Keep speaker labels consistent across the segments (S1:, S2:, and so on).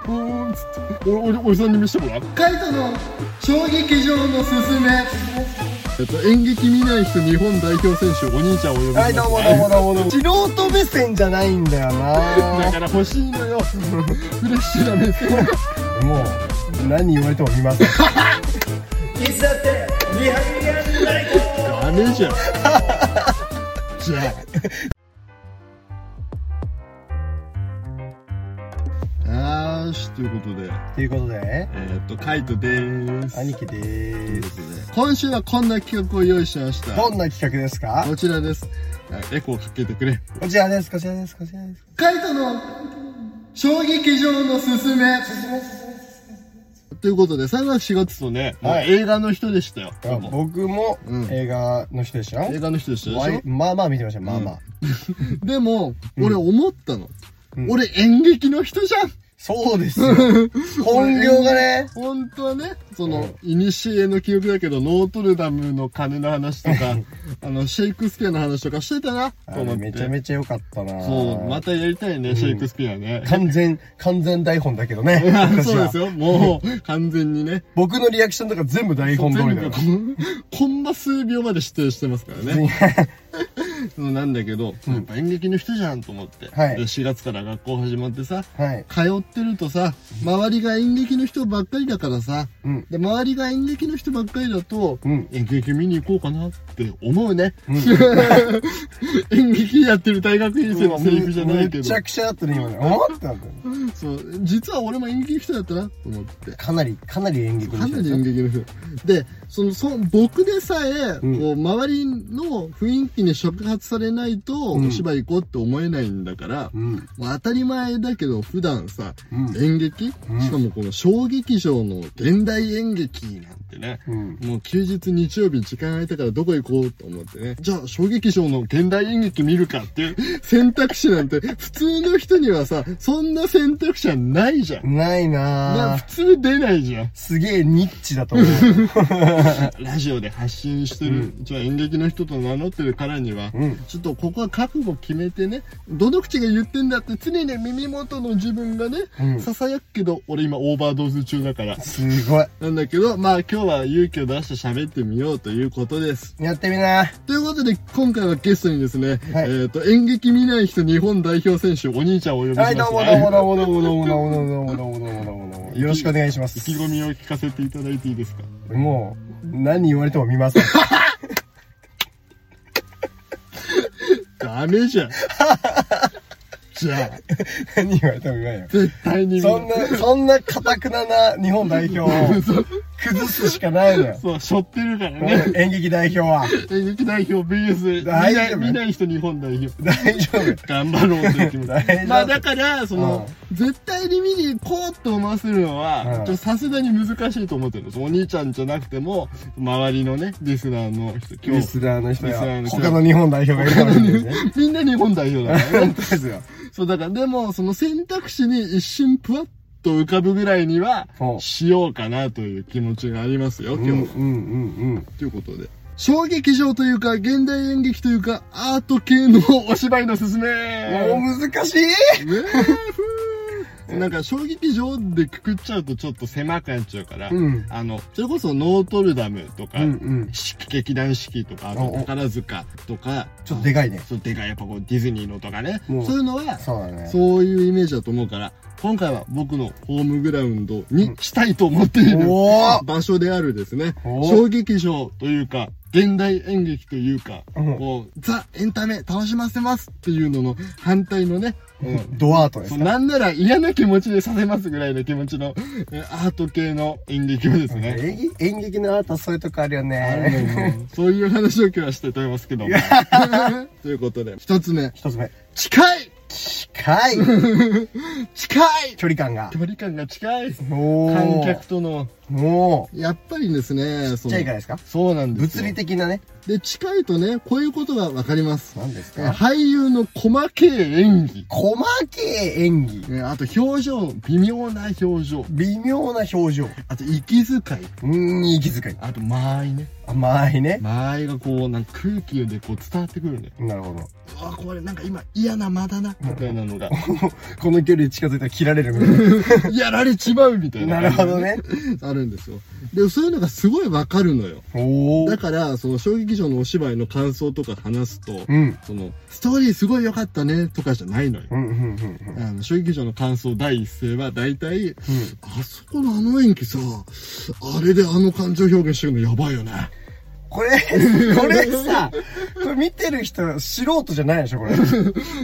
S1: ふーんっつって俺おおじさんに見せてごらん
S2: カイトの衝撃場のすすめ
S1: えっと演劇見ない人日本代表選手お兄ちゃんをお呼びしま
S2: はい
S1: す
S2: どうもどうもどうもどうも素人目線じゃないんだよ
S1: だ
S2: な
S1: から欲しいのよフレッシュな目線
S2: もう何言われても見ませんいつだってリハビリやるんだい
S1: ダメじゃんじゃあよしということで
S2: ということで
S1: えーっとカイトでーす
S2: 兄貴で
S1: という
S2: ー
S1: こ
S2: す
S1: とで今週はこんな企画を用意しました
S2: どんな企画ですか
S1: こちらですあエコーかけてくれ
S2: こちらですこちらですこちらですカイトの衝撃場のすすめ
S1: ということで3月4月とね、
S2: はい
S1: もう映画の人でしたよ
S2: あ僕も
S1: うん
S2: 映画の人でした
S1: 映
S2: よ
S1: 画の人でしたでしょ
S2: わいまあまあ見てましたよまあまあ、
S1: でも、俺思ったの、
S2: うん
S1: 俺演劇の人じゃん
S2: そうで すよ本業がね
S1: 本当はね、その、いにしえの記憶だけど、ノートルダムの鐘の話と か、あの、シェイクスピアの話とかしてたな、
S2: あ
S1: と思っ
S2: れ
S1: て。
S2: めちゃめちゃ良かったな
S1: そう、またやりたいね、シェイクスピアね。
S2: 完全、完全台本だけどね。
S1: そうです
S2: よ。
S1: よ、もう、完全にね。
S2: 僕のリアクションとか全部台本通り
S1: 全
S2: だ
S1: 部。
S2: よ
S1: こん コンマ数秒まで指定してますからね。 そうなんだけど、やっぱ演劇の人じゃんと思って。
S2: はい
S1: で4月から学校始まってさ、
S2: はい。
S1: 通ってるとさ、周りが演劇の人ばっかりだからさ、
S2: うん。
S1: で周りが演劇の人ばっかりだと、
S2: うん
S1: 演劇見に行こうかなって思うね、 演劇やってる大学院生のセリフじゃないけ
S2: め
S1: ど
S2: ちゃくちゃだったね、今ね。思ったんだよ。
S1: そう実は俺も演劇の人だったなと思って
S2: かなり、かなり演劇
S1: か
S2: の人
S1: な
S2: で
S1: り
S2: しょ
S1: 演劇の人でそのそ僕でさえ、
S2: うん
S1: こう周りの雰囲気に触発されないと、
S2: うん
S1: お芝居行こうって思えないんだから、
S2: うん。
S1: まあ当たり前だけど普段さ、
S2: うん
S1: 演劇、
S2: うん
S1: しかもこの小劇場の現代演劇なんてね、
S2: うん。
S1: もう休日日曜日時間空いたからどこ行こうと思ってね。じゃあ、小劇場の現代演劇見るかっていう選択肢なんて、普通の人にはさ、そんな選択肢はないじゃん。
S2: ない
S1: まあ
S2: なぁ
S1: 普。通出ないじゃん。
S2: すげえニッチだと思う。
S1: ラジオで発信してる、じゃあ演劇の人と名乗ってるからには、
S2: うん
S1: ちょっとここは覚悟決めてね、どの口が言ってんだって常に耳元の自分がね、
S2: うん
S1: 囁くけど、俺今オーバードーズ中だから。
S2: すごい。
S1: なんだけど、まあ今日は勇気を出して喋ってみようということです。
S2: やってみな
S1: ということで、今回はゲストにですね、
S2: はい
S1: えっ、と、演劇見ない人日本代表選手、お兄ちゃんをお呼びしま
S2: は
S1: し
S2: い、
S1: た。
S2: どうもどうもどうもどうもどうもどうもどうもどうもどうもどうもどうも。よろしくお願いしま
S1: 意
S2: す
S1: 気。込みを聞かせていただいていいですか
S2: もう、何言われても見ません。
S1: ダメじゃん。 じゃあ、
S2: 何言われても見ませんよ。
S1: 絶対に見
S2: そんな、そんな堅くなな日本代表を崩すしかないのよ。
S1: そう、しょってるからね。
S2: 演劇代表は。
S1: 演劇代表 VS 見
S2: 大
S1: な
S2: 丈
S1: い
S2: 夫
S1: 見ない人日本代表。
S2: 大丈夫。
S1: 頑張ろうという気持
S2: 大丈
S1: ち。
S2: 夫
S1: まあだから、その、絶対に見に行こうと思わせるのは、
S2: うん
S1: ちょっとさすがに難しいと思ってるんです。お兄ちゃんじゃなくても、周りのね、リスナーの人、今
S2: リ
S1: 日、
S2: スナーの人
S1: リスナー
S2: や
S1: の人
S2: 他の日本代表がいるかもしれないですね。
S1: みんな日本代表だからね。
S2: 本当ですよ。
S1: そう、だから、でも、その選択肢に一瞬ぷわっと浮かぶぐらいには
S2: ほ、う
S1: しようかなという気持ちがありますよ、
S2: うん
S1: 今
S2: う
S1: 日は。
S2: んうん
S1: ということで。小劇場というか、現代演劇というか、アート系のお芝居のすすめ
S2: うん。もう難しい
S1: ねなんか、小劇場でくくっちゃうとちょっと狭くなっちゃうから、
S2: うん
S1: あの、それこそノートルダムとか、
S2: うんうん。
S1: 式劇団四季とか、あと
S2: おお
S1: 宝塚とか、
S2: ちょっとでかいね。
S1: そう、でかい、やっぱこう、ディズニーのとかね、
S2: もう
S1: そういうのは、
S2: そうだね。
S1: そういうイメージだと思うから、今回は僕のホームグラウンドにしたいと思っている、
S2: おー
S1: 場所であるですね、
S2: おー
S1: 小劇場というか、現代演劇というか、
S2: うん
S1: こう、ザ・エンタメ楽しませますっていうのの反対のね、うん
S2: ドアートです
S1: そう
S2: ね。
S1: なんなら嫌な気持ちでさせますぐらいの気持ちのえアート系の演劇をですね、
S2: 演劇演劇のアートはそういうとこあるよ
S1: あの
S2: ね。
S1: そういう話を今日はしてとりますけども。 ということで、一つ目、
S2: 一つ目。
S1: 近い
S2: 近い
S1: 近い
S2: 距離感が
S1: 距。離感が近い
S2: お
S1: 観
S2: ー
S1: 客との
S2: おー
S1: やっぱりですね、そ
S2: ちっ
S1: の
S2: ちゃいからですか
S1: そうなんです
S2: 物
S1: よ
S2: 理的なね。
S1: で、近いとね、こういうことがわかります。
S2: 何です
S1: え
S2: か
S1: 俳優の細けい演技。
S2: 細けい演技。
S1: えあと表情、微妙な表情。
S2: 微妙な表情。う
S1: あと息遣い。
S2: ーん、息遣い。
S1: あと間合いね。
S2: 甘いね。
S1: 間合いがこう、なんか空気でこう伝わってくるね。
S2: なるほど。
S1: うわ、これなんか今嫌な間だな、みたいなのが。
S2: この距離近づいたら切られるみたい
S1: やられちまうみ たい
S2: な。
S1: な。
S2: なるほど。ね。
S1: あるんですよ。で、そういうのがすごいわかるのよ。
S2: お
S1: だ
S2: ー。
S1: から、その衝撃場のお芝居の感想とか話すと、
S2: うん。
S1: その、ストーリーすごい良かったね、とかじゃないのよ。
S2: うん、うん、うん
S1: あの、衝撃場の感想第一声は、大体、あそこのあの演技さ、あれであの感情表現してるのやばいよね。
S2: こ れ、これさ、これ見てる人、素人じゃないでしょ、これ。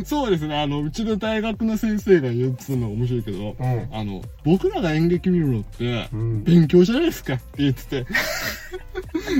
S1: そうですね、あの、うちの大学の先生が言うっつうのは面白いけど、
S2: ん
S1: あの、僕らが演劇見るのって、
S2: ん
S1: 勉強じゃないですかって言って て、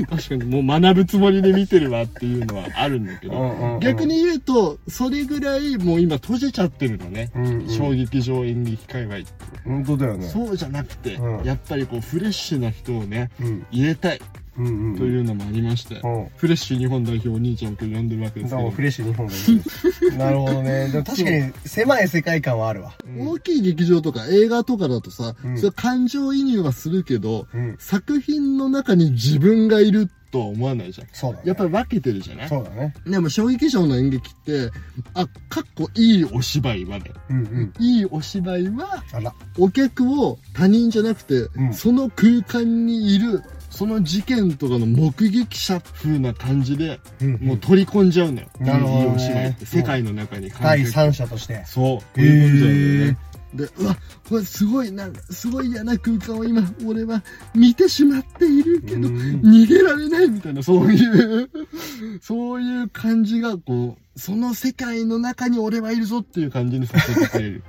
S1: 確かにもう学ぶつもりで見てるわっていうのはあるんだけど、
S2: うんうんうん
S1: 逆に言うと、それぐらいもう今閉じちゃってるのね、
S2: うんうん
S1: 衝撃場演劇界隈って。
S2: 本当だよね。
S1: そうじゃなくて、
S2: うん
S1: やっぱりこうフレッシュな人をね、
S2: うん。
S1: 入れたい
S2: うん
S1: というのもありまして、
S2: うん
S1: フレッシュ日本代表お兄ちゃんと呼んでるわけですけ
S2: どうも
S1: ど
S2: フレッシュ日本がいいなるほ どね。でも確かに狭い世界観はあるわ。
S1: 大きい劇場とか映画とかだとさ、
S2: うん
S1: それは感情移入はするけど、
S2: うん
S1: 作品の中に自分がいるとは思わないじゃん。
S2: そうだね。
S1: やっぱり分けてるじゃない
S2: そうだね。
S1: でも、小劇場の演劇って、あ、かっこいいお芝居まで。
S2: うんうん。
S1: いいお芝居は、
S2: あら。
S1: お客を他人じゃなくて、
S2: ん
S1: その空間にいる、その事件とかの目撃者風な感じで、
S2: うんうん
S1: もう取り込んじゃうのよ。
S2: なるほ
S1: い
S2: どね
S1: いお芝居って、世界の中に観
S2: 第
S1: 客
S2: 三者として。
S1: そう。
S2: へ
S1: いうことなんだよ
S2: ー
S1: ね。で、うわ、これすごいな、すごい嫌な空間を今、俺は見てしまっているけど、
S2: うん
S1: 逃げられないみたいな、そういう、そういう感じが、こう、その世界の中に俺はいるぞっていう感じにさせてくれる。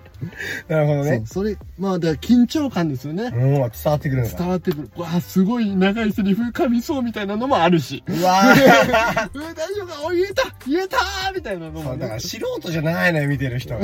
S2: なるほど
S1: そ
S2: ね
S1: う、。それ、まあ、だから緊張感ですよね。
S2: うん、伝わってくるのか
S1: 伝。わってくる。うわあ、すごい長いセリフ噛みそうみたいなのもあるし。
S2: うわー
S1: うん大丈夫かお、言えた言えたーみたいなの
S2: そ
S1: も、
S2: うだ
S1: ね
S2: から。素人じゃないのよ、見てる人は。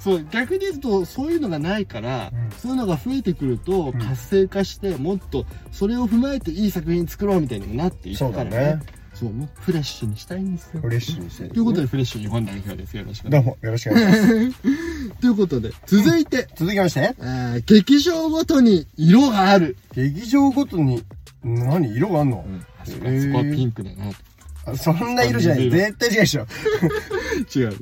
S1: そう逆に言うとそういうのがないから、
S2: うん
S1: そういうのが増えてくると
S2: ん
S1: 活性化して、もっとそれを踏まえていい作品作ろうみたいにもなってい
S2: そ
S1: く
S2: う
S1: か
S2: だ
S1: ら
S2: ね
S1: ね。そうもうフレッシュにしたいんですよ
S2: フレッシュにしてる。
S1: ということでフレッシュ日本代表ですよろしく
S2: どうも、よろしくお願いします。
S1: ということで続いて、
S2: 続きまして、
S1: あー劇場ごとに色がある、
S2: 劇場ごとに、何色があんの、
S1: あそこあそこはピンクだな
S2: あそんな色じゃない。絶対違うでしょ。
S1: 違うね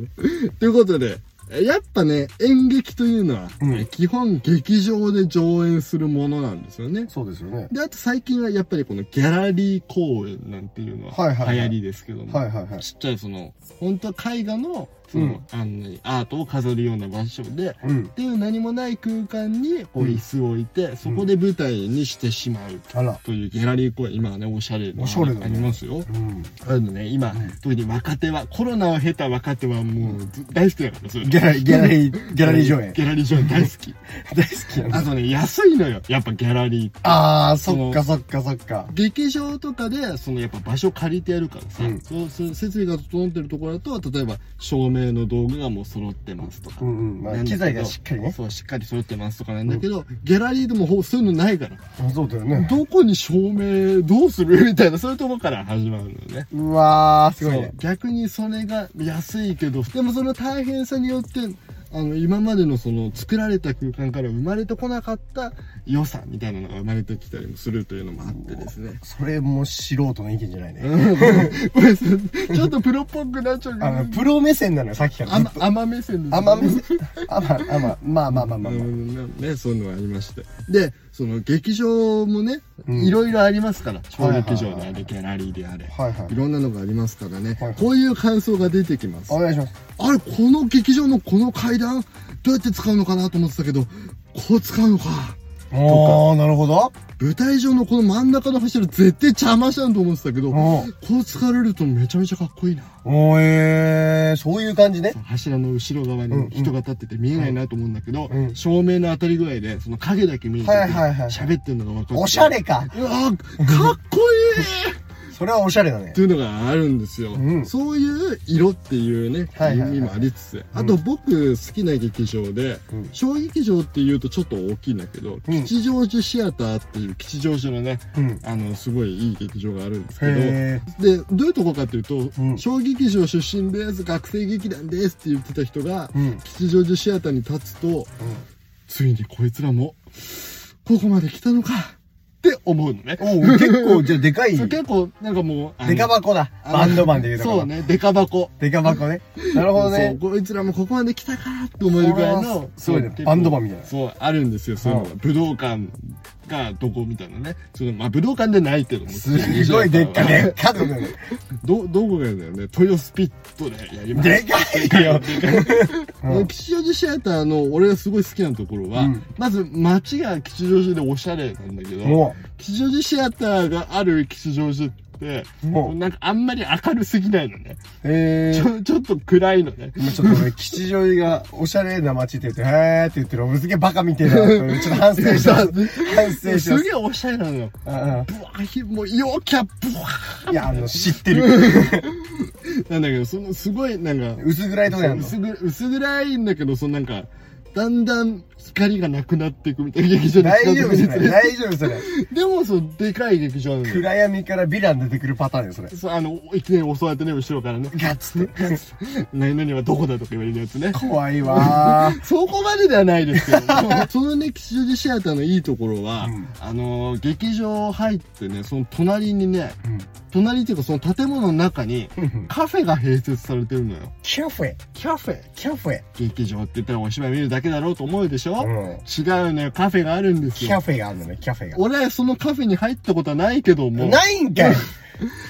S1: ということでやっぱね演劇というのは、
S2: うん
S1: 基本劇場で上演するものなんですよね
S2: そうですよね。
S1: で、あと最近はやっぱりこのギャラリー公演なんていうの
S2: はい
S1: は
S2: はいはい
S1: 流行りですけども、
S2: はいはいはい。
S1: ちっちゃいその、本当は絵画の、そ
S2: うん
S1: の、あの、アートを飾るような場所で、っ
S2: うん。
S1: ていう何もない空間にこう
S2: うん
S1: 椅子を置いて、そこで舞台にしてしまう
S2: あら。
S1: というギャラリー公演、今はね、おしゃれな
S2: おしゃれだね
S1: ありますよ。
S2: うん。
S1: あのね、今、特に若手は、コロナを経た若手はもうず大好きだから、それ
S2: ギャラリー、ギャラリー、ギャラリー上演。
S1: ギャラリー上演大好き。
S2: 大好きや
S1: あ
S2: な。
S1: とね、安いのよ、やっぱギャラリーって
S2: あー、そっかそっかそっか。
S1: 劇場とかでそのやっぱ場所借りてやるからさ、
S2: うん
S1: そうそう設備が整ってるところだと例えば照明の道具がもう揃ってますとか、
S2: うんうんまあ
S1: なんだけど
S2: 機材がしっかりね
S1: そうしっかり揃ってますとかなんだけど、ギャラリーでもほそういうのないから、
S2: あそうだよね。
S1: どこに照明どうするみたいなそういうところから始まるのよね
S2: うわー、すごい
S1: そう
S2: ね。
S1: 逆にそれが安いけどでもその大変さによってあの今までのその作られた空間から生まれてこなかった良さみたいなのが生まれてきたりもするというのもあってです ね
S2: それも素人の意見じゃないね。
S1: これちょっとプロっぽくなっちゃうけ
S2: あの、
S1: ど、
S2: プロ目線なのよ、さっきからずっ
S1: 甘
S2: と。
S1: 甘目線ですね
S2: 甘目線。甘、甘、まあまあまあまあ
S1: う
S2: まあ。
S1: んね、そういうのがありまして。で、その劇場もね、
S2: ん
S1: いろいろありますから、小
S2: はいはい
S1: 劇場であれ、ギャラリーであれ、
S2: はいはい
S1: いろんなのがありますからね、
S2: はいはい
S1: こういう感想が出てきます。
S2: お
S1: あ
S2: 願いします。
S1: れ、この劇場のこの階段、どうやって使うのかなと思ってたけど、こう使うのか。
S2: おー、なるほど。
S1: 舞台上のこの真ん中の柱絶対邪魔しちゃうと思ってたけど、こ
S2: おー
S1: う使われるとめちゃめちゃかっこいいな。
S2: おー、えー、そういう感じね。
S1: 柱の後ろ側
S2: うんうん
S1: に人が立ってて見えないなと思うんだけど、
S2: うん
S1: 照明の当たり具合でその影だけ見えてて
S2: はいはいはい
S1: 喋ってるのが分かる
S2: おしゃれか。
S1: うわーかっこいい
S2: それはおしゃれだね
S1: っていうのがあるんですよ、
S2: うん
S1: そういう色っていうね、
S2: はいはいはい
S1: 意味もありつつあと僕好きな劇場で、
S2: うん
S1: 小劇場っていうとちょっと大きいんだけど、
S2: うん
S1: 吉祥寺シアターっていう吉祥寺のね
S2: うん
S1: あのすごいいい劇場があるんですけど
S2: へえ
S1: でどういうとこかっていうと、
S2: うん
S1: 小劇場出身です学生劇団ですって言ってた人が、
S2: うん
S1: 吉祥寺シアターに立つと
S2: うん
S1: ついにこいつらもここまで来たのかって思うのね。
S2: おう結構じゃあでかい
S1: そう
S2: デ
S1: 結構なんかもうあの
S2: カ箱だ
S1: あの
S2: バンドマンでいうとこ
S1: そう
S2: の
S1: ねデカ箱
S2: デカ箱ねなるほどね
S1: そうこいつらもここまで来たかって思えるぐらい
S2: これは
S1: の
S2: すごいね
S1: そう結構
S2: バンドマンみたいな
S1: そうあるんですよそういうのが武道館がどこみたいなねそのまあ武道館でないけども
S2: すごいでっかでっかとね
S1: どどこがだよね豊スピットでやります
S2: でかいよう
S1: で
S2: ん
S1: 吉祥寺シアターの俺がすごい好きなところは、
S2: うん
S1: まず街が吉祥寺でおしゃれなんだけど
S2: も
S1: 吉祥寺シアターがある吉祥寺って
S2: うもう
S1: なんかあんまり明るすぎないのね
S2: え
S1: ち
S2: ー
S1: ょちょっと暗いのね
S2: 今ちょっと俺、吉祥寺がおしゃれな街って言って、へーって言ってる俺すげえバカみて えな。ちょっと反省した。反省し
S1: す
S2: た。
S1: げえおしゃれなのよ
S2: うんう
S1: ブワーひもう陽キャブワ
S2: んいや、あの、知ってる。
S1: ーなんだけどそのすごいなんか
S2: 薄暗いとこやんの。
S1: 薄ぐ薄暗いんだけどそのなんかだんだん光がなくなっていくみたいな劇場に
S2: 大
S1: 近づいて
S2: 丈夫じゃない大丈夫それ。
S1: でもそのでかい劇場なのよ
S2: 暗闇からヴィラン出てくるパターンよ、それ。
S1: そうあのいきなり襲われてね後ろからね
S2: ガッツって。
S1: 何々はどこだとか言われるやつね
S2: 怖いわー。
S1: そこまでではないです けどそのね吉祥寺シアターのいいところは、
S2: うん
S1: あの劇場入ってねその隣にね
S2: うん
S1: 隣っていうかその建物の中にカフェが併設されてるのよ
S2: カフェ、
S1: カフェ
S2: カフェ。
S1: 劇場って言ったらお芝居見るだけだろうと思うでしょ、
S2: うん
S1: 違うねカフェがあるんです
S2: カ
S1: よ
S2: フェがあるのね、カフェが。
S1: 俺そのカフェに入ったことはないけども
S2: ないんかい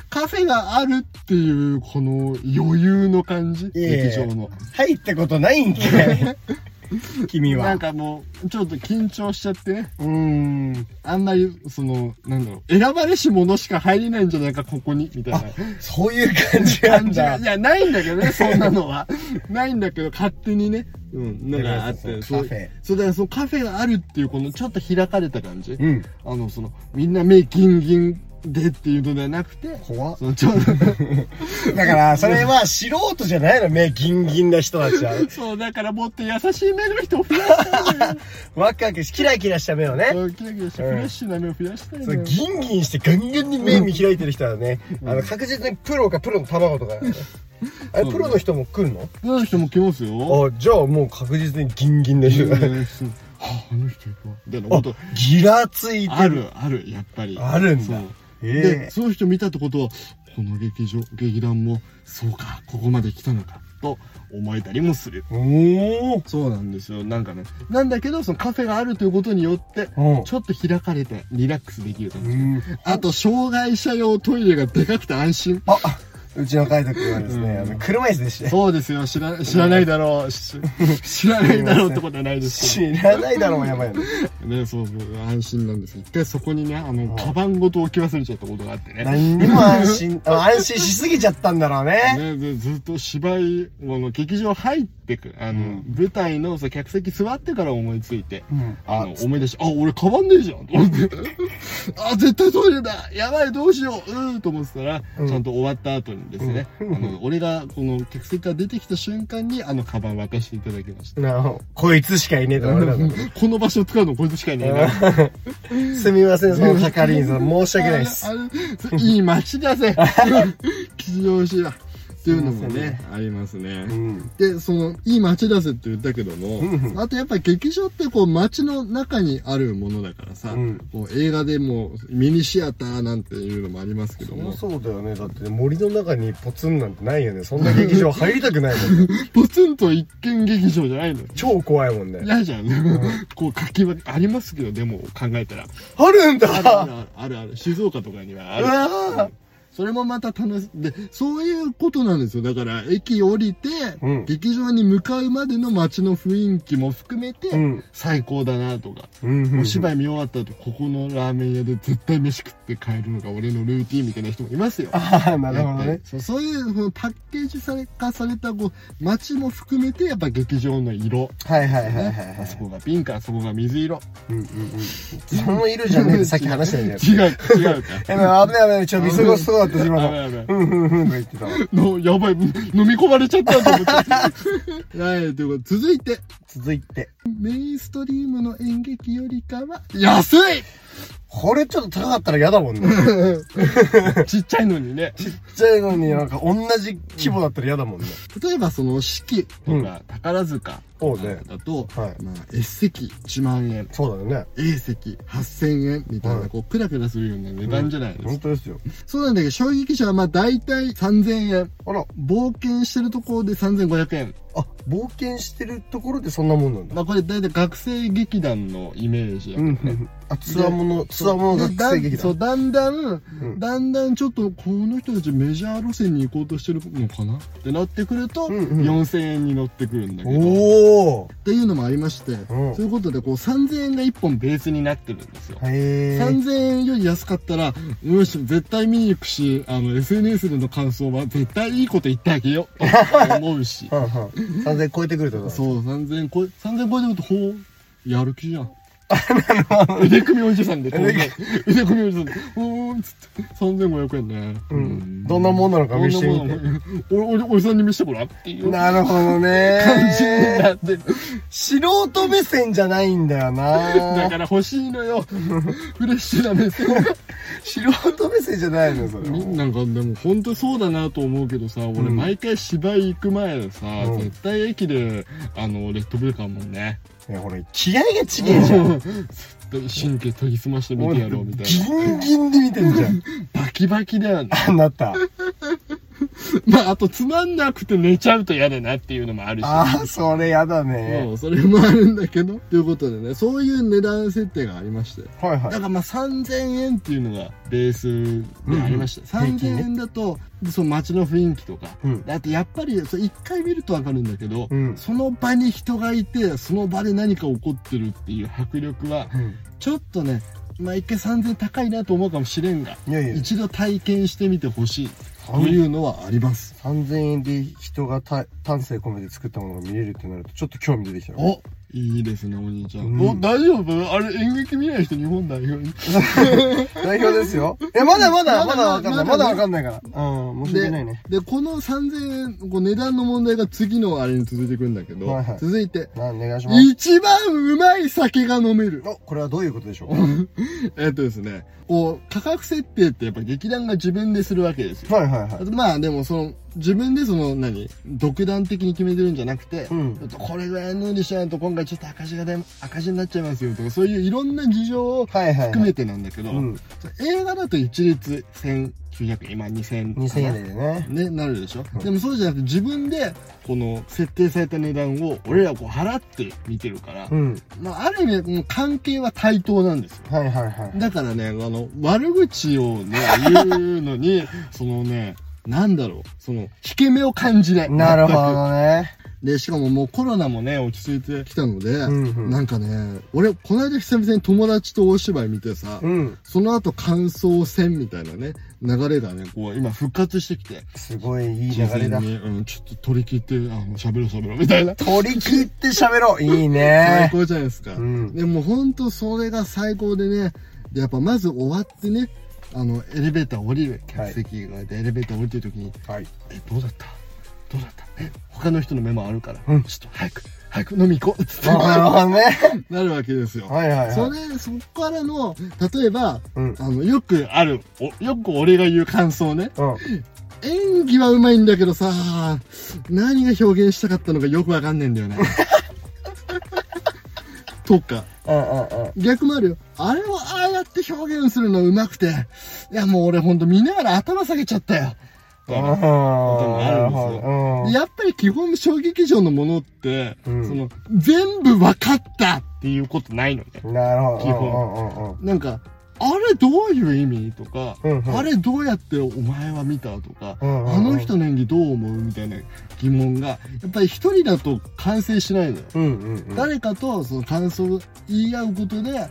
S1: カフェがあるっていうこの余裕の感じ
S2: いやいや
S1: 劇場の
S2: 入ったことないんかい 君は。
S1: なんかもうちょっと緊張しちゃってね
S2: うーん。
S1: あんまりそのなんだろう選ばれし者しか入れないんじゃないかここにみたいな
S2: そういう感じなん
S1: 感じ
S2: だ
S1: がい。やないんだけどねそんなの はないんだけど勝手にねうんのがあっ
S2: い
S1: て
S2: や
S1: そう
S2: カフェ
S1: そうだからそのカフェがあるっていうこのちょっと開かれた感じ、
S2: うん。
S1: あのそのみんな目ギンギンでっていうのではなくて
S2: 怖っ
S1: そのちょっと
S2: だから、それは素人じゃないの、目ギンギンな人たちは。
S1: そうだからもっと優しい目の人を増やしたいのよ
S2: ワクワクし、キラキラした目をね。
S1: そうキラキラしたフレッシュな目を増やしたい
S2: そ
S1: の
S2: う
S1: よ
S2: ギンギンしてガンガンに目見開いてる人はね、あの、確実にプロかプロの卵とかだよね。あれ、プロの人も来るの
S1: その人も来ますよ
S2: あ、じゃあもう確実にギンギンの
S1: う
S2: 人
S1: ん
S2: だね。
S1: そうはああの人いくわみたいなこと
S2: ギラつい
S1: あ
S2: てる。
S1: るあるやっぱり
S2: あるんだ
S1: そう
S2: え
S1: でその人見たってことはこの劇場劇団もそうかここまで来たのかと思えたりもする
S2: えおー。
S1: そうなんですよなんかねなんだけどそのカフェがあるということによって
S2: うん
S1: ちょっと開かれてリラックスできる感じ
S2: うん。
S1: あと、障害者用トイレがでかくて安心。
S2: あ、うちの海斗君はですね、あの車椅子でして。
S1: そうですよ、知ら、知らないだろう。し知らないだろうってことはないですけ
S2: 知らないだろうがやばいよね。
S1: ど。ね、そうそう、安心なんですよ。一回そこにね、あの、カバンごと置き忘れちゃったことがあってね。ね
S2: 何にも安 心、あ安心しすぎちゃったんだろうね。
S1: ずずっと芝居、この劇場入ってく、あの、舞台のそう客席座ってから思いついて、
S2: ん
S1: あの、思い出して、あ、俺カバンねえじゃんと 思って、あ、絶対トイレだやばい、どうしよううーと思ってたら、ちゃんと終わった後にですね、あの、俺がこの客席から出てきた瞬間に、あの、カバン渡していただきました。
S2: なあこいつしかいねえと思われたんだろ
S1: この場所使うのこいつしかいないな。
S2: う。すみません、その係員さん。申し訳ないです
S1: あ。れ。あれいい街だ ぜ。 吉祥寺は。っていうのも
S2: すいません
S1: ね、ありますね
S2: う。ん。
S1: で、その、いい街だぜって言ったけど
S2: うんうん
S1: も、あとやっぱ劇場ってこう街の中にあるものだからさ、
S2: うん
S1: こう映画でもミニシアターなんていうのもありますけども、
S2: そうだよね。だってね森の中にポツンなんてないよね。そんな劇場入りたくないも ん。
S1: ポツンと一軒劇場じゃないのよ。
S2: 超怖いもんね。
S1: 嫌じゃん。こう書き分けありますけど、でも考え たら。
S2: ある
S1: あるあ
S2: ん
S1: る
S2: だ
S1: あるあるある。静岡とかにはあ
S2: う
S1: る。
S2: わ
S1: それもまた楽しでそういうことなんですよだから駅降りて、
S2: うん
S1: 劇場に向かうまでの街の雰囲気も含めて、
S2: うん
S1: 最高だなとか、
S2: うん
S1: お芝居見終わった後ここのラーメン屋で絶対飯食って帰るのが俺のルーティンみたいな人もいますよ
S2: ああ、なるほど
S1: やっぱ
S2: ね
S1: り。そうそういうそのパッケージされ化されたこう街も含めてやっぱ劇場の色、
S2: はいはいはいはいは
S1: あ
S2: い
S1: そ。こがピンクあそこが水色
S2: うんうんうん。その色じゃねえってさっき話したじゃん。
S1: 違う違うか
S2: え、危ない危ない。ちょ、見過ごすとこだった志村さ
S1: 危ない
S2: ん
S1: 危ない
S2: うんうんうんとか言ってたわ
S1: のやばい、飲み込まれちゃったと思 って。はい、ということで、続いて、
S2: 続いて
S1: メインストリームの演劇よりかは、安 い
S2: これちょっと高かったら嫌だもんね
S1: ちっちゃいのにね。
S2: ちっちゃいのになんか同じ規模だったら嫌だもんね
S1: 例えば、その、四季
S2: う
S1: とか
S2: ん、
S1: 宝塚
S2: そうね
S1: だと、
S2: はい
S1: まあ、S 席1万円、
S2: そうだよね
S1: A 席8000円みたい
S2: は、
S1: ないこう、クラクラするような値段じゃないですか。
S2: 本当ですよ
S1: そうなんだけど、衝撃者はまあ大体3000円。
S2: あら
S1: 冒険してるところで3500円。
S2: あ冒険してるところでそんなもんなんだ
S1: まあこれ大体学生劇団のイメージや
S2: う
S1: ね。
S2: んあつわものつわもの学生
S1: で
S2: 劇
S1: だんそ
S2: 団
S1: う、だんだん、
S2: うん
S1: だんだんちょっとこの人たちメジャー路線に行こうとしてるのかなってなってくると、
S2: うんうん
S1: 4000円に乗ってくるんだけど。っ
S2: おお
S1: ていうのもありまして、
S2: ん
S1: そういうことでこう3000円が1本ベースになってるんですよ。
S2: へえ。
S1: 3000円より安かったら、よし、絶対見に行くし、あの、SNS での感想は絶対いいこと言ってあげようと思うし
S2: はんはん3000超えてくるってことだ
S1: そう、3000円超え、3000円超えてくると、ほう、やる気 じゃん。腕組みおじさんで、こう
S2: 腕組
S1: ね腕組みおじさんで、ほーん、つって、3500円ね。
S2: うんどんなもんなのか見せてみて
S1: どんなもんなのかお、お、おじさんに見せてごらんっていう感
S2: なるほどね
S1: じになってる。
S2: 素人目線じゃないんだよ
S1: だ
S2: な
S1: から欲しいの よ。フレッシュな目線が。
S2: 素人目線じゃないのよそれは
S1: なんかでも本当そうだなと思うけどさ俺
S2: ん
S1: 毎回芝居行く前さ、
S2: うん
S1: 絶対駅であのレッドブル買うもんね
S2: いやほら気合がちげえじゃん
S1: 神経研ぎ澄まして 見てやろうみたいな
S2: ギンギンで見てんじゃん
S1: バキバキだよね
S2: あ なた
S1: まああとつまんなくて寝ちゃうと嫌だなっていうのもあるし
S2: ああそれやだね
S1: そうそれもあるんだけどということでねそういう値段設定がありまして
S2: はい
S1: だ
S2: は
S1: からまあ3000円っていうのがベースでありました、
S2: うんうん平均
S1: 3000
S2: ね
S1: 円だとでその街の雰囲気とか、
S2: うん
S1: あとやっぱりそう一回見ると分かるんだけど、
S2: うん
S1: その場に人がいてその場で何か起こってるっていう迫力はい
S2: うん
S1: ちょっとねまあ一回3000円高いなと思うかもしれんが
S2: いやいや
S1: 一度体験してみてほしいというのはあります
S2: 3000円で人がた丹精込めて作ったものが見れるってなるとちょっと興味出てきたよ
S1: おいいですねお兄ちゃん、
S2: うん
S1: お大丈夫あれ演劇見ない人日本代表に
S2: 代表ですよいやまだま
S1: ま
S2: だま
S1: だ
S2: だわかんな
S1: ま
S2: いま
S1: だ
S2: だわかんないからうん申し訳ないね
S1: で、この3000円、こう値段の問題が次のあれに続いてくるんだけど、
S2: はいはい
S1: 続いて、
S2: なお願いします
S1: 一番うまい酒が飲める。
S2: おこれはどういうことでしょう
S1: えっとですね、こう、価格設定ってやっぱ劇団が自分でするわけですよ。
S2: はいはいはい
S1: まあでもその、自分でその何、独断的に決めてるんじゃなくて、
S2: うん
S1: ちょっとこれぐらいのにしないと今回ちょっと赤字がで赤字になっちゃいますよとか、そういういろんな事情を
S2: はいはい
S1: 含
S2: はい
S1: めてなんだけど、
S2: うん
S1: 映画だと一律1900円、まあ2000
S2: 2000円でね
S1: ね、なるでしょ、
S2: うん
S1: でもそうじゃなくて自分でこの設定された値段を俺らこう払って見てるから、
S2: うん
S1: まあ、ある意味もう関係は対等なんですよ
S2: はいはいはい
S1: だからねあの悪口をね言うのに そのねなんだろうその引け目を感じない
S2: なるほ
S1: 全く
S2: どね
S1: でしかももうコロナもね落ち着いてきたので、
S2: んうん
S1: なんかね俺この間久々に友達と大芝居見てさ、
S2: うん
S1: その後感想戦みたいなね流れがねこう今復活してきて
S2: すごいいい流れ
S1: 人
S2: だ
S1: 生にうん、ちょっと取り切って、あの、喋ろう喋ろうみたいな。
S2: 取り切って喋ろういい
S1: 最
S2: ね
S1: 高じゃないですか。
S2: うん
S1: でもほんとそれが最高でね、でやっぱまず終わってね、あの、エレベーター降りる、
S2: は
S1: 客
S2: い
S1: 席がいて、エレベーター降りてる時に、
S2: はい
S1: え、どうだったどうだったえ、他の人の目もあるから、
S2: うん
S1: ちょっと早く、早く飲み行こうっつって、
S2: なるほどね
S1: なるわけですよ。
S2: はいはい
S1: そ
S2: は
S1: れ、そこからの、例えば、
S2: いうん
S1: あの、よくある、およく俺が言う感想ね。
S2: うん
S1: 演技はうまいんだけどさ何が表現したかったのかよくわかんねえんだ よねとか
S2: うんうんうん
S1: 逆もあるよあれをああやって表現するのうまくていやもう俺ほんと見ながら頭下げちゃったよもあ
S2: な
S1: る
S2: る
S1: んですよ
S2: ほど。
S1: やっぱり基本小劇場のものって、
S2: うん
S1: その全部わかったっていうことないのね
S2: うんなるほど。
S1: 基
S2: 本。
S1: なんかあれどういう意味とか、
S2: うんうん
S1: あれどうやってお前は見たとか、
S2: うんうんうん
S1: あの人の演技どう思うみたいな疑問がやっぱり一人だと完成しないのよ。
S2: うんうんうん。
S1: 誰かとその感想を言い合うことであ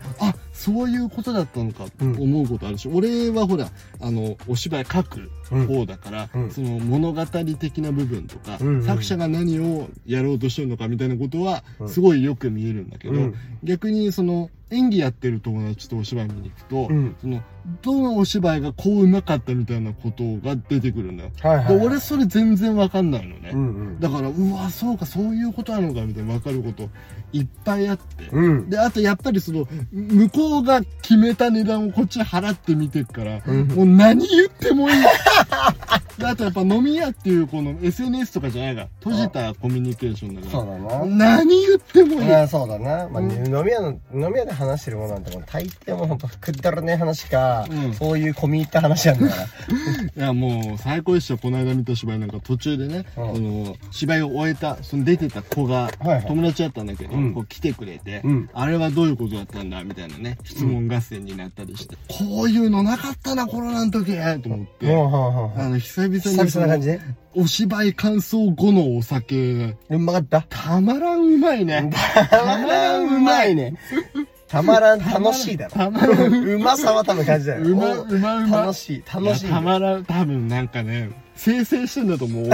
S1: そういうことだったのかって
S2: うん
S1: 思うことあるし、俺はほらあのお芝居書く
S2: うん
S1: 方だから、
S2: うん
S1: その物語的な部分とか、
S2: うんうん
S1: 作者が何をやろうとしてるのかみたいなことは
S2: うん
S1: すごいよく見えるんだけど、
S2: うん
S1: 逆にその演技やってる友達とお芝居見に行くと、
S2: うん
S1: そのどのお芝居がこううまかったみたいなことが出てくるんだよ。
S2: はいはい。
S1: で俺それ全然わかんないのね。
S2: うんうん。
S1: だから、うわ、そうか、そういうことなのか、みたいなわかることいっぱいあって。
S2: うん。
S1: で、あとやっぱりその、向こうが決めた値段をこっち払ってみてっから、
S2: うん
S1: もう何言ってもいい。 で、あとやっぱ飲み屋っていうこの SNS とかじゃないが、閉じたコミュニケーションだから。
S2: そうだな。
S1: 何言ってもいい。
S2: ああそうだな、まあ
S1: うん
S2: 飲み屋の飲み屋で話してるものなんてもう大抵もうほんとくだらねえ話か、
S1: うん
S2: そういう込み入った話なんだから
S1: いやもう最高でしたこの間見た芝居なんか途中でね、
S2: うん
S1: あの芝居を終えたその出てた子が
S2: いはい
S1: 友達だったんだけど、
S2: うん
S1: こう来てくれて、
S2: うん
S1: あれはどういうことだったんだみたいなね質問合戦になったりして、こういうのなかったなコロナの時と思って、
S2: もうはあはあはあ
S1: あの久々に
S2: 久々な感じね
S1: お芝居感想後のお酒
S2: うまかった
S1: たまらんうまいね
S2: たまらんうまいねたまらん楽しいだろ
S1: たまらん
S2: うまさは多分感じだよ
S1: うま
S2: お
S1: うまうま
S2: 楽しい楽しい
S1: いやたまらん多分なんかね生成してんだと 思う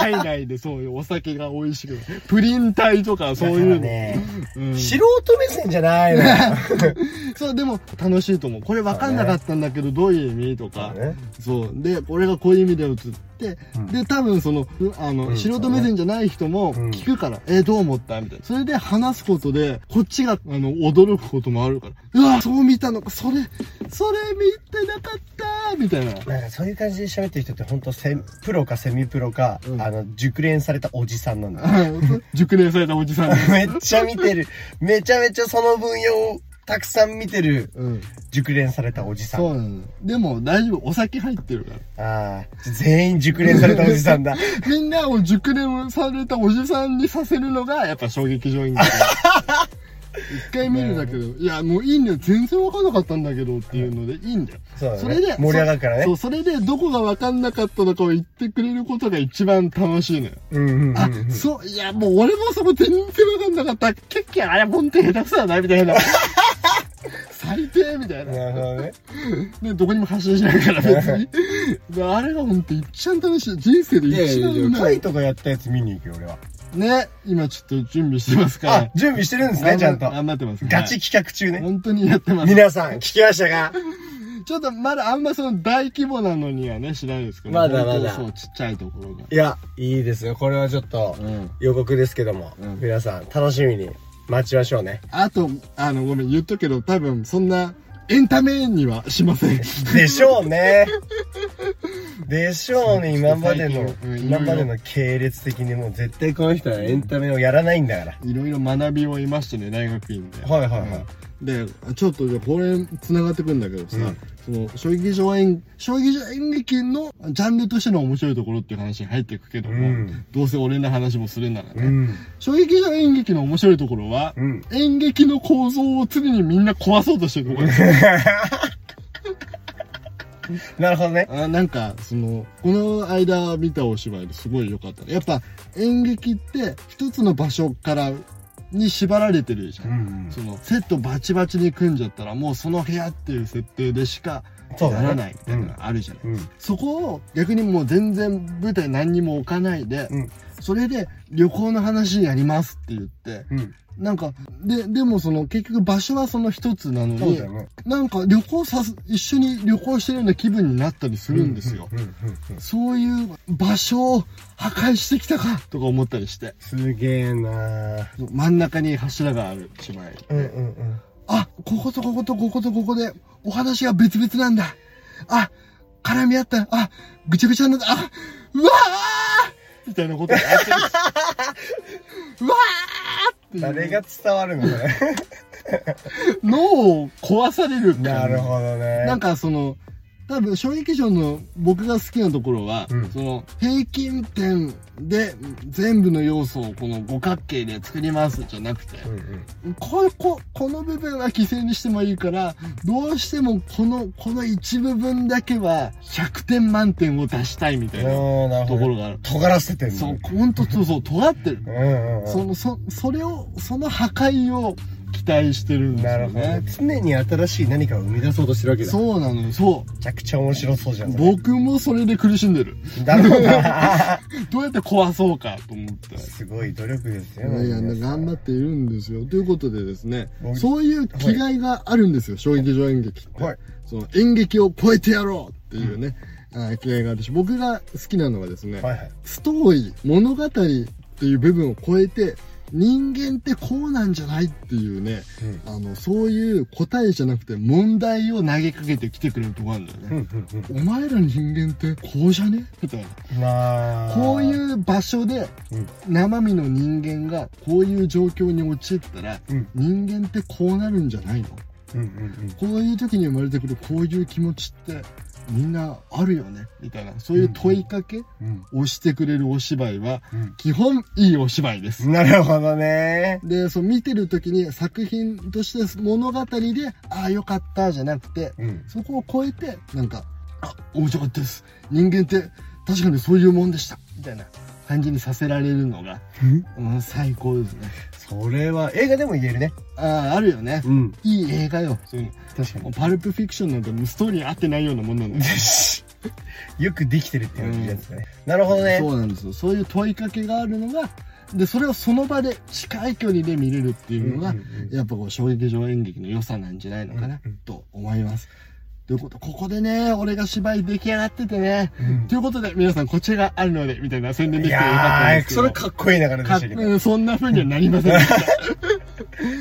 S1: 海外でそういうお酒が美味しくプリン体とかそう
S2: だ
S1: いう
S2: から
S1: の、
S2: ね、
S1: うん
S2: 素人目線じゃないのよ
S1: そうでも楽しいと思うこれ分かんなかったんだけどどういう意味とか
S2: そうね
S1: そうでこれがこういう意味で映って、
S2: うん
S1: で多分そのうあの、
S2: うん
S1: 素人目線じゃない人も
S2: うん
S1: 聞くから、えどう思ったみたいなそれで話すことでこっちがあの驚くこともあるからうわそう見たのかそれそれ見てなかったみたいな
S2: なんかそういう感じで喋ってる人って本当セプロかセミプロか、
S1: うん
S2: あの熟練されたおじさんなんだよ
S1: うん 熟練されたおじ さんです。
S2: めっちゃ見てる。めちゃめちゃその分野をたくさん見てる
S1: うん。
S2: 熟練されたおじさん。
S1: そうなの。でも大丈夫。お酒入ってるか
S2: ああ、全員熟練されたおじさんだ。
S1: ら。 みんなを熟練されたおじさんにさせるのが、やっぱ衝撃場員だ から。一回見るだけど、いや、もういいんだよ。全然わかんなかったんだけどっていうので、いいんだよ。
S2: そうだね
S1: それで、
S2: 盛り上がるからね
S1: そう、それで、どこがわかんなかったのかを言ってくれることが一番楽しいのよ。
S2: うん うんうん
S1: あ、そう、いや、もう俺もそこ全然わかんなかった。結局、あれ、本当に下手くそだな、みたいな。最低みたいな。
S2: なるほどね。
S1: ね、どこにも発信しないから別 に。であれが本当一番楽しい。人生で
S2: いやい
S1: 一
S2: や
S1: 番
S2: いや、
S1: うま
S2: 会
S1: い。
S2: とかやったやつ見に行くよ、俺は。
S1: ね、今ちょっと準備してますから。
S2: あ、準備してるんですね、ちゃんと。
S1: 頑張ってます。
S2: ガチ企画中
S1: はい
S2: ね。
S1: 本当にやってます。
S2: 皆さん、聞きましたか
S1: ちょっとまだあんまその大規模なのにはね、しないですけど。
S2: まだまだ
S1: 本当そう、ちっちゃいところが。
S2: いや、いいですよ。これはちょっと
S1: うん
S2: 予告ですけども、
S1: うん
S2: 皆さん、楽しみに待ちましょう ね。
S1: あと、あの、ごめん、言っとくけど、多分そんな、エンタメにはしませ ん。
S2: でしょうね。でしょうね、今までの
S1: 最、近うん
S2: 今までの系列的にもう絶対この人はエンタメをやらないんだから。
S1: いろいろ学びを得ましてね、大学院で。
S2: はいはいはい
S1: うんで、ちょっとじゃあこれ繋がってくるんだけどさ、その、衝撃場演、衝撃場演劇のジャンルとしての面白いところっていう話に入っていくけども、
S2: うん
S1: どうせ俺の話もするならね、
S2: ん。
S1: 衝撃場演劇の面白いところは、
S2: うん
S1: 演劇の構造を常にみんな壊そうとしてるところ。
S2: なるほどね。
S1: あなんかそのこの間見たお芝居ですごい良かったやっぱ演劇って一つの場所からに縛られてるじゃん、
S2: うんうん
S1: そのセットバチバチに組んじゃったらもうその部屋っていう設定でしか
S2: そう
S1: な
S2: だね
S1: らないみたいなのがあるじゃない、
S2: うん。
S1: そこを逆にもう全然舞台何にも置かないで、
S2: うん
S1: それで旅行の話やりますって言って
S2: うん。
S1: なんかででもその結局場所はその一つなの
S2: そう
S1: に
S2: だよね。
S1: なんか旅行さす一緒に旅行してるような気分になったりするんですよ、
S2: うんうんうん。
S1: そういう場所を破壊してきたかとか思ったりして、
S2: すげえなー
S1: 真ん中に柱がある芝居。
S2: うんうんうん。
S1: あ、こことこことこことここでお話が別々なんだ。あ、絡み合った。あ、ぐちゃぐちゃになった。あ、うわーみたいなことがあってるうわーっていう
S2: 誰が伝わるの ね。
S1: 脳を壊される感じ
S2: なるほどね。
S1: なんかその、多分、小劇場の僕が好きなところは、
S2: うん
S1: その、平均点で全部の要素をこの五角形で作りますじゃなくて、
S2: うんうん。
S1: ここ、この部分は犠牲にしてもいいから、どうしてもこの、この一部分だけは100点満点を出したいみたいな
S2: うん、なる
S1: とこ
S2: ほど
S1: ろ
S2: ね。
S1: がある。
S2: 尖らせてんの。
S1: そう、ほんとそうそう、尖ってる
S2: う。んうんうん。
S1: その、そ、それを、その破壊を期待してるんです
S2: な
S1: よ
S2: るほどね
S1: ね。
S2: 常に新しい何かを生み出そうとしてるわけだ。め
S1: そうなのよ、そ
S2: ちゃくちゃ面白そうじゃん。
S1: う。
S2: それ
S1: 僕もそれで苦しんでる。
S2: だろうな。
S1: どうやって壊そうかと思って。
S2: すごい努力ですよね。
S1: いや、頑張っているんですよ。ということでですね
S2: は、い
S1: そういう気概があるんですよ、衝撃場演劇って。
S2: はい
S1: その演劇を超えてやろうっていうね、あー気概があるし、僕が好きなのはですね、
S2: はいはい。
S1: ストーリー、物語っていう部分を超えて、人間ってこうなんじゃないっていうね、
S2: うん
S1: あの、そういう答えじゃなくて問題を投げかけてきてくれるとこあるんだよ
S2: うん
S1: ね。
S2: うん
S1: お前ら人間ってこうじゃねみたいな。
S2: うん。まあ。。
S1: こういうう場所で
S2: うん
S1: 生身の人間がこういう状況に陥ったら
S2: うん
S1: 人間ってこうなるんじゃないの
S2: うんうん
S1: こういう時に生まれてくるこういう気持ちってみんなあるよねみたいなそういう問いかけ
S2: うん。
S1: をしてくれるお芝居は
S2: うん
S1: 基本いいお芝居です
S2: う。ん。なるほどね。
S1: で、そう見てる時に作品として物語でああよかったじゃなくて
S2: うん。
S1: そこを超えてなんかあ面白かったです人間って確かにそういうもんでしたみたいな感じにさせられるのがうん、最高ですね。
S2: それは映画でも言えるね。
S1: ああ、あるよね。
S2: うん。
S1: いい映画よ。そういうの
S2: 確かに
S1: もう。パルプフィクションなんてもうストーリーに合ってないようなもんなのよ。
S2: よくできてるっていうやつね。なるほどね。
S1: そうなんですよ。そういう問いかけがあるのが、で、それをその場で近い距離で見れるっていうのが、
S2: うんうんうん
S1: やっぱこう、衝撃場演劇の良さなんじゃないのかな、
S2: うんうん
S1: と思います。ということ、ここでね、俺が芝居出来上がっててね、
S2: うん
S1: ということで、皆さんこちらがあるので、みたいな宣伝で
S2: い
S1: きてよかったん
S2: や
S1: で
S2: ー、
S1: すけ
S2: そ
S1: ど。
S2: れかっこいい流れでしたけど。
S1: かうんそんな風にはなりませんでした。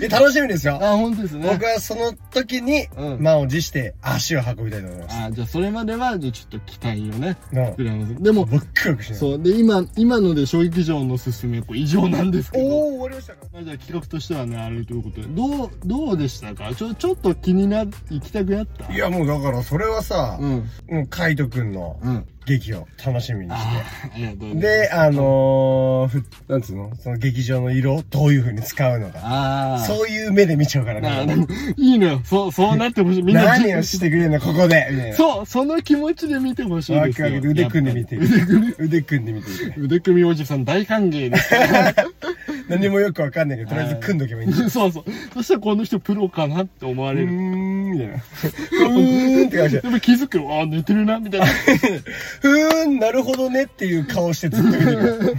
S2: え楽しみですよ。
S1: あ、本当ですね。
S2: 僕はその時に
S1: うん
S2: 満を持して足を運びたいと思います。
S1: あじゃあそれまではじゃあちょっと期待をね
S2: うん
S1: 膨らませでも
S2: ブックブクしない。
S1: そうで今今ので小劇場の進めこう異常なんですけど
S2: おー、終わりましたか
S1: まあじゃあ企画としてはねあれということでどうどうでしたかちょちょっと気にな行きたくなった
S2: いや、もうだからそれはさ
S1: う、ん
S2: もうカイトくんの
S1: うん
S2: 劇を楽しみにし
S1: あーありがとうござい
S2: て。
S1: ます
S2: で、あのー、ふなんつうのその劇場の色をどういう風に使うのか。
S1: ああ
S2: そういう目で見ちゃうから
S1: な
S2: ね。
S1: でもいいのよそうそうなってほしいみんな
S2: 何をしてくれるのここでみたいな。
S1: そうその気持ちで見てほしい
S2: ワ
S1: で
S2: ク
S1: す
S2: ワ
S1: よ
S2: クで腕組んでみてる
S1: やっぱり腕組み。
S2: 腕組んでみてる。
S1: 腕組みおじさん大歓迎です
S2: 何もよくわかんないけど、とりあえず組んどけばいいんだ。
S1: そうそうそしたらこの人プロかなって思わ
S2: う
S1: れ
S2: ー
S1: る
S2: ん、みたいな。うーんって感じで。
S1: でも気づくよ。ああ、寝てるな、みたいな。
S2: うーん、なるほどねっていう顔してずっと見てる。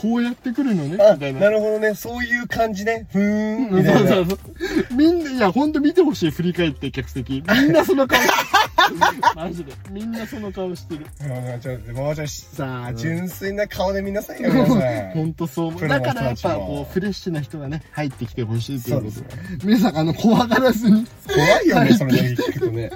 S1: こうやってくるのね、み
S2: あ、
S1: たい
S2: な
S1: な。
S2: るほどね。そういう感じね。ふーん、
S1: そう
S2: みたい
S1: そ
S2: な
S1: う。そう。みんな、いや、ほんと見てほしい。振り返って、客席。みんなその顔してる。 マジで。みんなその顔してる。
S2: あちょっと、もうちょっと、さ
S1: う
S2: あ、
S1: ん
S2: 純粋な顔で見なさいよ、皆さ
S1: ほ
S2: ん。
S1: んとそう思
S2: プ
S1: う。
S2: ロ
S1: だ
S2: の
S1: からやっ
S2: 人た
S1: ぱ、
S2: ちも
S1: こう、フレッシュな人がね、入ってきてほしいということ
S2: そう
S1: で。
S2: で
S1: 皆さん、あの、怖がらずに、
S2: 怖いよね、その時聞くとね。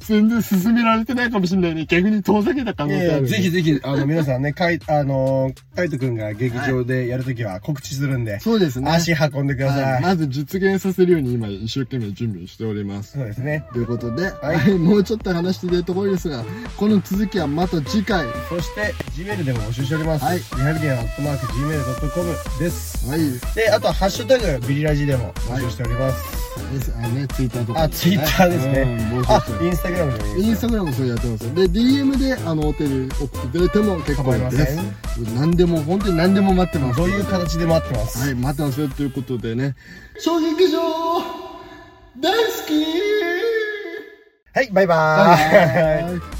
S1: 全然進められてないかもしれないね。逆に遠ざけた可
S2: い
S1: 能
S2: やい
S1: 性あ
S2: や
S1: る。
S2: ぜひ。ぜひ、あの、皆さんね、かい、あの、カイトくんが劇場でやるときは告知するんで、
S1: そうですね。
S2: 足運んでくだ
S1: は
S2: さ
S1: い
S2: い。
S1: まず実現させるように今、一生懸命準備しております。
S2: そうですね。
S1: ということで、
S2: は
S1: はいい、もうちょっと話していたところですが、この続きはまた次回。は
S2: そして、Gmail でも募集しております。
S1: はい
S2: リハビリアンアットマーク Gmail.com です。
S1: い。
S2: で、あと、ハッシュタグ、ビリラジでも募集しております。
S1: ですあね、ツイッターとか、
S2: あ、ツイッターですね
S1: うん、もう。ちょ
S2: あ
S1: っと、
S2: インスタグラムでもいい
S1: イ
S2: で
S1: ン
S2: す
S1: スタ
S2: よ
S1: グラムもそうやってます。で、DM で、あの、お手に送ってくれても結構
S2: 構いま
S1: で
S2: せ
S1: す
S2: ん。
S1: 何でも、本当に何でも待ってます。
S2: どういう形で待ってます。
S1: はい、待ってますよ。ということでね、衝撃場大好き
S2: はい、バイバーイ。
S1: バイバイ